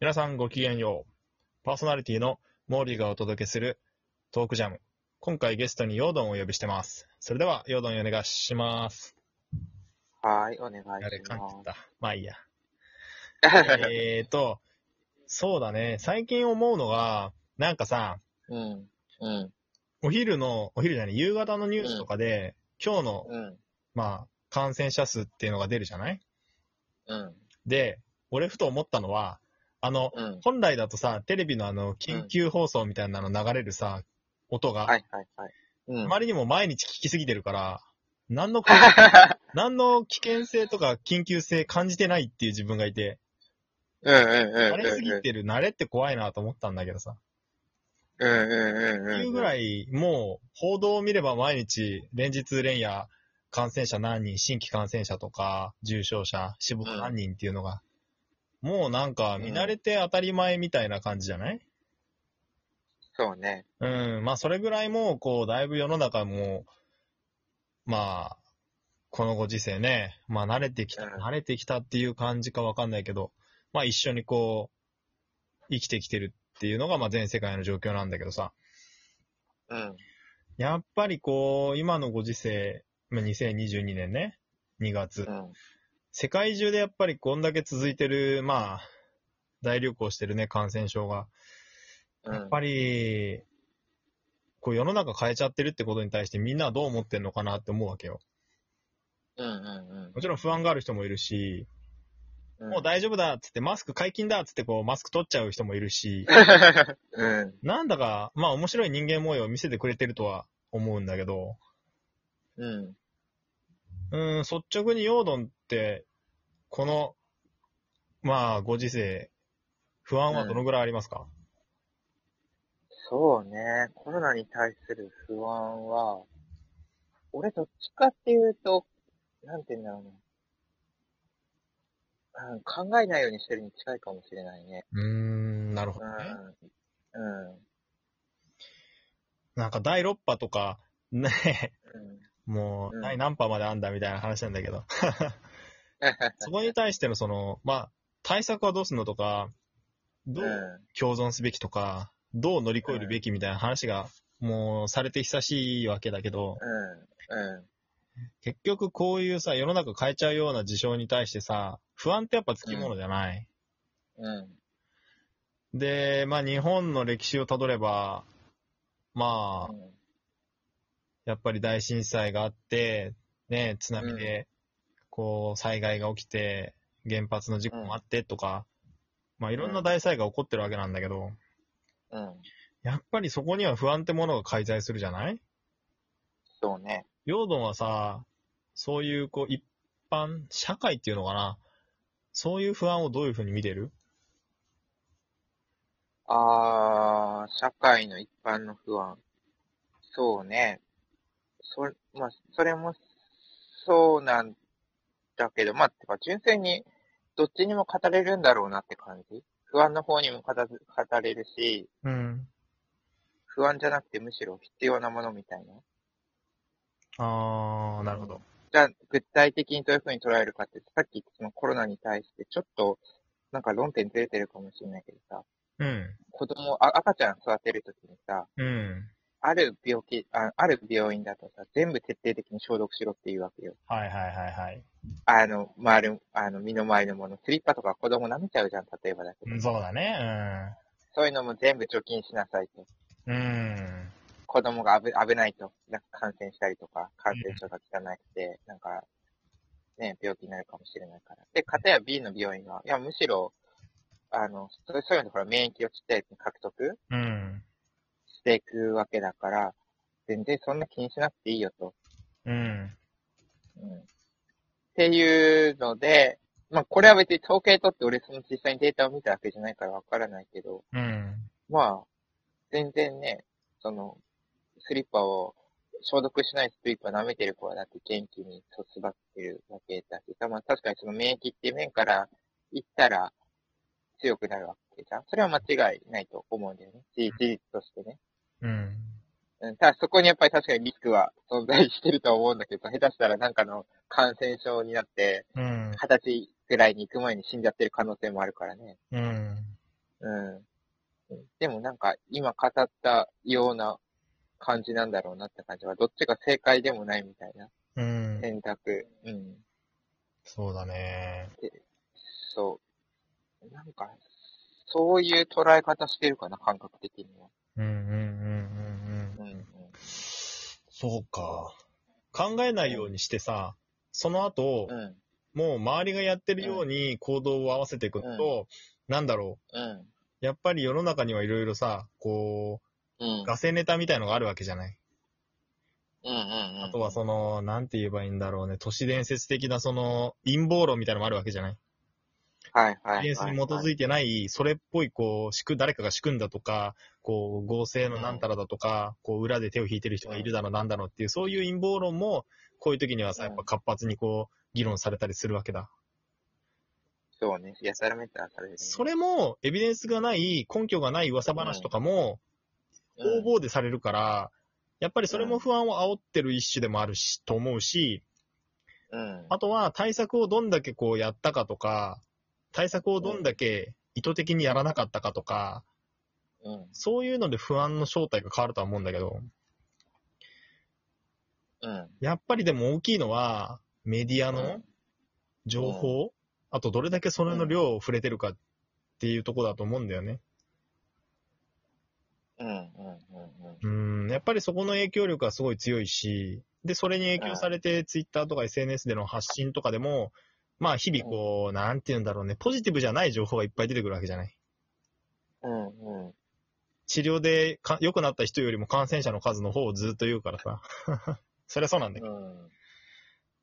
皆さんごきげんよう。パーソナリティのモーリーがお届けするトークジャム。今回ゲストにヨードンをお呼びしてます。それではヨードンお願いします。はーい、お願いしあれ、噛んじゃっまた。まあいいや。す。えーと、そうだね。最近思うのが、なんかさ、 うん、うん、お昼の、お昼じゃない、夕方のニュースとかで、今日の、うん、まあ、感染者数っていうのが出るじゃないうん、で、俺ふと思ったのは、あの、うん。本来だとさ、テレビのあの、緊急放送みたいなの流れるさ、音が、はい、はい、はい。うあん。まりにも毎日聞きすぎてる から、何のこう、何の危険性とか緊急性感じてないっていう自分がいて、うん、うん、うん。慣れすぎてる、慣れって怖いなと思ったんだけどさ。うん、うん、うん、うん。いうぐらい。い、もう、報道を見れば毎日、連日連夜、感染者何人、新規感染者とか、重症者、死亡何人っていうのが、もうなんか、見慣れて当たり前みたいな感じじゃないそうね。うん、まあそれぐらいもう、こう、だいぶ世の中も、まあ、このご時世ね、まあ慣れてきた、うん慣れてきたっていう感じかわかんないけど、まあ一緒にこう、生きてきてるっていうのが、まあ全世界の状況なんだけどさ、うん、やっぱりこう、今のご時世、まあ2022年ね、2月う、ん、世界中でやっぱりこんだけ続いてる、まあ、大流行してるね、感染症が、うやっん。ぱり、こう世の中変えちゃってるってことに対してみんなはどう思ってんのかなって思うわけよ。うん、うん、もちろん不安がある人もいるし、うん。もう大丈夫だっつってマスク解禁だっつってこうマスク取っちゃう人もいるし、うん、なんだかまあ面白い人間模様を見せてくれてるとは思うんだけど、うん。うーん、率直にヨードンって、この、まあご時世、不安はどのぐらいありますか、そうね。コロナに対する不安は、俺どっちかっていうと、なんて言うんだろうね。うん、考えないようにしてるに近いかもしれないね。うーん、なるほうどね。ん、うん。なんか第6波とか、ね、うんもうう、ん第何波まであんだみたいな話なんだけど、そこに対してのその、まあ、対策はどうするのとか、どううん共存すべきとか、どう乗り越えるべきみたいな話が、もうされて久しいわけだけど、うん、う結局こういうさ、世の中変えちゃうような事象に対してさ、不安ってやっぱつきものじゃない、ん、うん、で、まあ日本の歴史をたどれば、まあ、やっぱり大震災があって、ね、津波で、こう、災害が起きて、原発の事故もあってとか、まあ、いろんな大災害が起こってるわけなんだけど、うん、うん。やっぱりそこには不安ってものが介在するじゃないそうね。ヨードンはさ、そういう、こう、一般、社会っていうのかな、そういう不安をどういうふうに見てるあー、社会の一般の不安。そうね。そ、まあ、それも、そうなんだけど、まあ、てか、純粋に、どっちにも語れるんだろうなって感じ。不安の方にも語ず語れるし、うん。不安じゃなくてむしろ必要なものみたいな。あー、なるほど。じゃあ、具体的にどういうふうに捉えるかって、さっきそのコロナに対して、ちょっと、なんか論点ずれてるかもしれないけどさ、うん。子供、あ赤ちゃん育てるときにさ、うん。ある病気あ、ある病院だとさ、全部徹底的に消毒しろっていうわけよ。はいはいはいはい。あの、周り、あの、身の回りのもの、スリッパとか子供舐めちゃうじゃん、例えばだけど。うんそうだね。そういうのも全部除菌しなさいと。うん。うん。子供が危危ないと、なんか感染したりとか、感染症が汚くて、なんか、ね、病気になるかもしれないから。で、片や B の病院は、いや、むしろ、あの、そうそういうのほら、免疫をちっちゃい時に獲得うん。していくわけだから、全然そんな気にしなくていいよと。うん。うん。っていうので、まあ、これは別に統計取って俺その実際にデータを見たわけじゃないからわからないけど、うん。まあ、全然ね、その、スリッパを、消毒しないスリッパ舐めてる子はだって元気に育ってるわけだし、まあ確かにその免疫っていう面から言ったら強くなるわけじゃん。それは間違いないと思うんだよね。事事実としてね。うん。うん、ただそこにやっぱり確かにリスクは存在してるとは思うんだけど、下手したらなんかの感染症になって、うん。二十歳ぐらいに行く前に死んじゃってる可能性もあるからね。うん。うん。でもなんか、今語ったような感じなんだろうなって感じは、どっちが正解でもないみたいなうん。選択。うん。そうだね。そう。なんか、そういう捉え方してるかな、感覚的には。うんうんうんうんううんん、う。ん。そうか。考えないようにしてさ、その後、うん。もう周りがやってるように行動を合わせていくと、なんだろうん。う。やっぱり世の中にはいろいろさ、こうんう、。ガセネタみたいのがあるわけじゃない。うん。うん。あとはその、なんて言えばいいんだろうね、都市伝説的なその、陰謀論みたいのもあるわけじゃない。はいはいはい。伝説に基づいてない、それっぽい、こう、仕組ん、誰かが仕組んだとか、こう、合成のなんたらだとか、こう、裏で手を引いてる人がいるだろう、なんだろうっていう、そういう陰謀論も、こういう時にはさ、うんやっぱ活発にこう、議論されたりするわけだ。そうね。いや、さらめたらされるね。それも、エビデンスがない、根拠がない噂話とかも、うん、方々でされるから、やっぱりそれも不安を煽ってる一種でもあるし、と思うし、うん。あとは対策をどんだけこうやったかとか、対策をどんだけ意図的にやらなかったかとか、うん。そういうので不安の正体が変わるとは思うんだけど、うん。やっぱりでも大きいのは、メディアうのん情報、あとどれだけそれの量を触れてるかっていうところだと思うんだよね。うん。うん。うん。うんうん、やっぱりそこの影響力はすごい強いし、で、それに影響されて、ツイッターとか SNS での発信とかでも、まあ日々こう、なんて言うんだろうね、ポジティブじゃない情報がいっぱい出てくるわけじゃない。うん。うん。治療でか良くなった人よりも感染者の数の方をずっと言うからさ。 そりゃそうなんだけど。だうん。か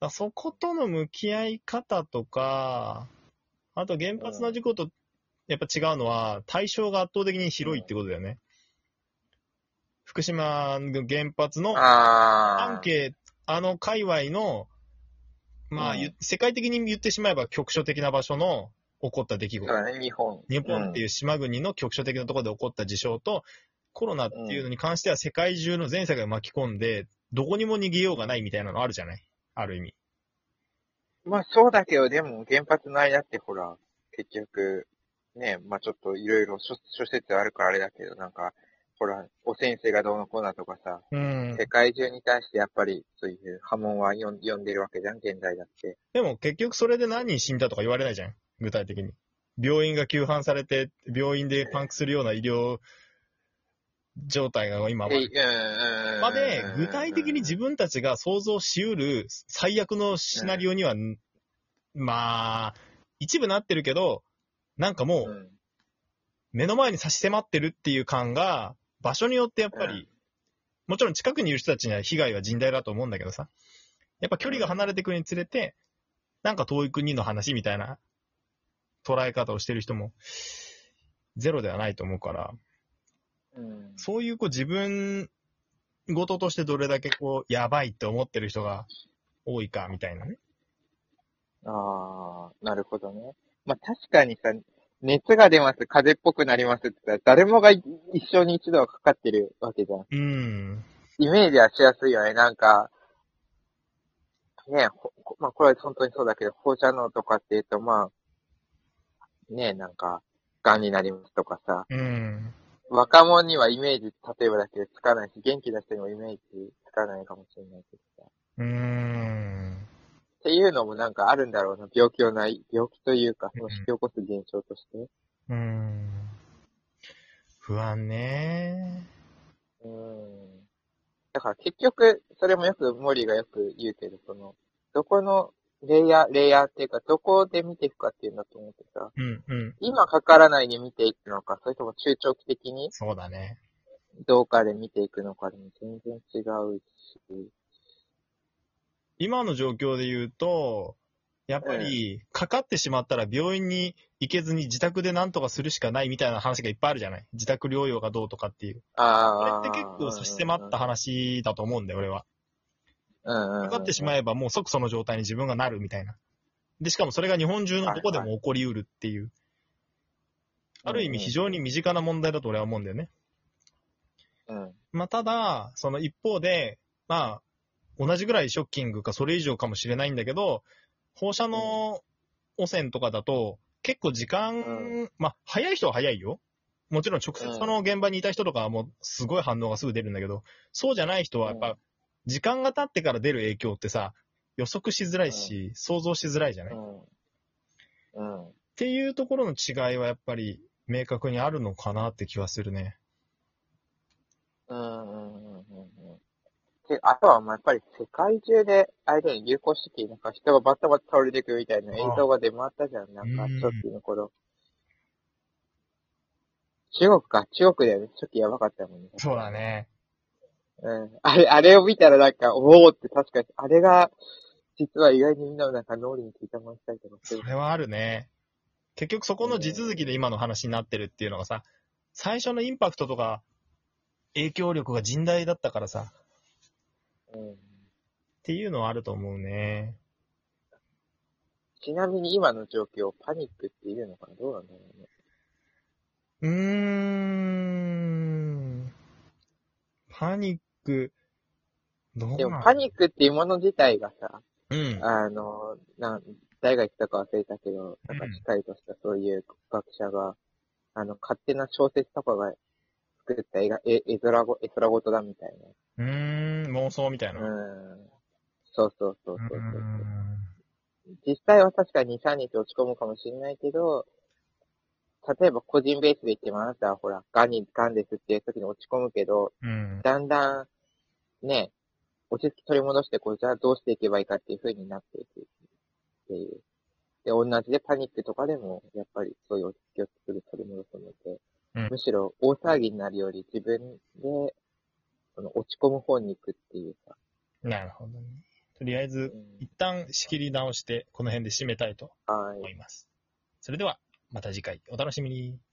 らそことの向き合い方とか、あと原発の事故とやっぱ違うのは、対象が圧倒的に広いってことだよね。福島の原発のあー。アンケート、あの界隈の、まあ、うんゆ世界的に言ってしまえば局所的な場所の起こった出来そう事。だね、日本。日本っていうう島国の局所的なところで起こった事象と、コロナっていうのに関しては世界中の全世界を巻き込んで、どこにも逃げようがないみたいなのあるじゃないある意味。ん。まあそうだけど、でも原発の間ってほら、結局、ね、まあちょっといろいろ諸諸説あるからあれだけど、なんか、ほら、汚染水がどうのこうなとかさ、うん世。界中に対してやっぱりそういう波紋はよん呼んでるわけじゃん、現代だって。でも結局それで何人死んだとか言われないじゃん具体的に。病院が急搬されて、病院でパンクするような医療状態が今まえでいうんうんまで、具体的に自分たちが想像しうる最悪のシナリオには、まあ、一部なってるけど、なんかもう、うん目の前に差し迫ってるっていう感が、場所によってやっぱり、うんもちろん近くにいる人たちには被害は甚大だと思うんだけどさ、やっぱ距離が離れてくるにつれて、なんか遠い国の話みたいな捉え方をしてる人も、ゼロではないと思うから、うん。そういうこう自分事としてどれだけこう、やばいって思ってる人が多いか、みたいなね。ああ、なるほどね。まあ確かにさ、熱が出ます、風邪っぽくなりますって言ったら、誰もが一生に一度はかかってるわけじゃん。うん。イメージはしやすいよね。なんか、ねほこまあこれは本当にそうだけど、放射能とかって言うと、まあ、ねなんか、癌になりますとかさ、うん。若者にはイメージ、例えばだけどつかないし、元気な人にもイメージつかないかもしれないけどさ。うん。っていうのもなんかあるんだろうな、病気をない、病気というか、その引き起こす現象として。うん。不安ね。うんだから結局、それもよく、森がよく言うけど、その、どこのレイヤー、レイヤーっていうか、どこで見ていくかっていうんだと思ってさ、うんうん。今かからないで見ていくのか、それとも中長期的にそうだね。どうかで見ていくのかでも全然違うし、今の状況で言うと、やっぱり、かかってしまったら病院に行けずに自宅で何とかするしかないみたいな話がいっぱいあるじゃない自宅療養がどうとかっていう。これああ。って結構差し迫った話だと思うんだよ、俺は。うんうん。かかってしまええばもう即その状態に自分がなるみたいな。で、しかもそれが日本中のどこでも起こりうるっていう。ある意味非常に身近な問題だと俺は思うんだよね。うん。まあ、ただ、その一方で、まあ、同じぐらいショッキングかそれ以上かもしれないんだけど、放射能汚染とかだと、結構時間、うまあ、早い人は早いよ。もちろん直接その現場にいた人とかはもうすごい反応がすぐ出るんだけど、そうじゃない人はやっうぱ、時間が経ってから出る影響ってさ、予測しづらいし、想像しづらいじゃない、っうん。うん。ていうところの違いはやっぱり明確にあるのかなって気はするね。うんうんうんうんうん。で、あとはまあやっぱり世界中で、あれだよね、流行してきて、なんか人がバタバタ倒れてくみたいな映像が出回ったじゃん、なんかうん初期の頃。中国か、中国だよね、初期やばかったもんね。そうだ。ね。うん。あれ、あれを見たらなんか、おおって確かに、あれが、実は意外にみんなのなんか脳裏に聞いたもんしたりとかすそる。れはあるね。結局そこの地続きで今の話になってるっていうのがさ、最初のインパクトとか影響力が甚大だったからさ、っうん。ていうのはあると思うね。ちなみに今の状況、パニックっていうのかなどうなんだろうね。うーん。パニック、どうでなものパニックっていうもの自体がさ、うん。あの、なん、誰が言ったか忘れたけど、なんかうんしっかりとしたそういう学者が、あの、勝手な小説とかが作った絵が、絵、絵空ご、絵空ごとだみたいうーん、妄想みたいな。な。う。うんそうそうそうそうーそう。ん。実際は確か2、3日落ち込むかもしれないけど、例えば個人ベースで言ってもあなたはほら、癌に、癌ですっていう時に落ち込むけど、うん。だんだん、ね、落ち着き取り戻して、こう、じゃあどうしていけばいいかっていう風になっていくっていう。で、同じでパニックとかでも、やっぱりそういう落ち着きを作る、取り戻すので、うんむしろ大騒ぎになるより自分で、その落ち込む方に行くっていうか。なるほどね。とりあえうず、ん一旦仕切り直して、この辺で締めたいとは思い。います。それでは、また次回、お楽しみに。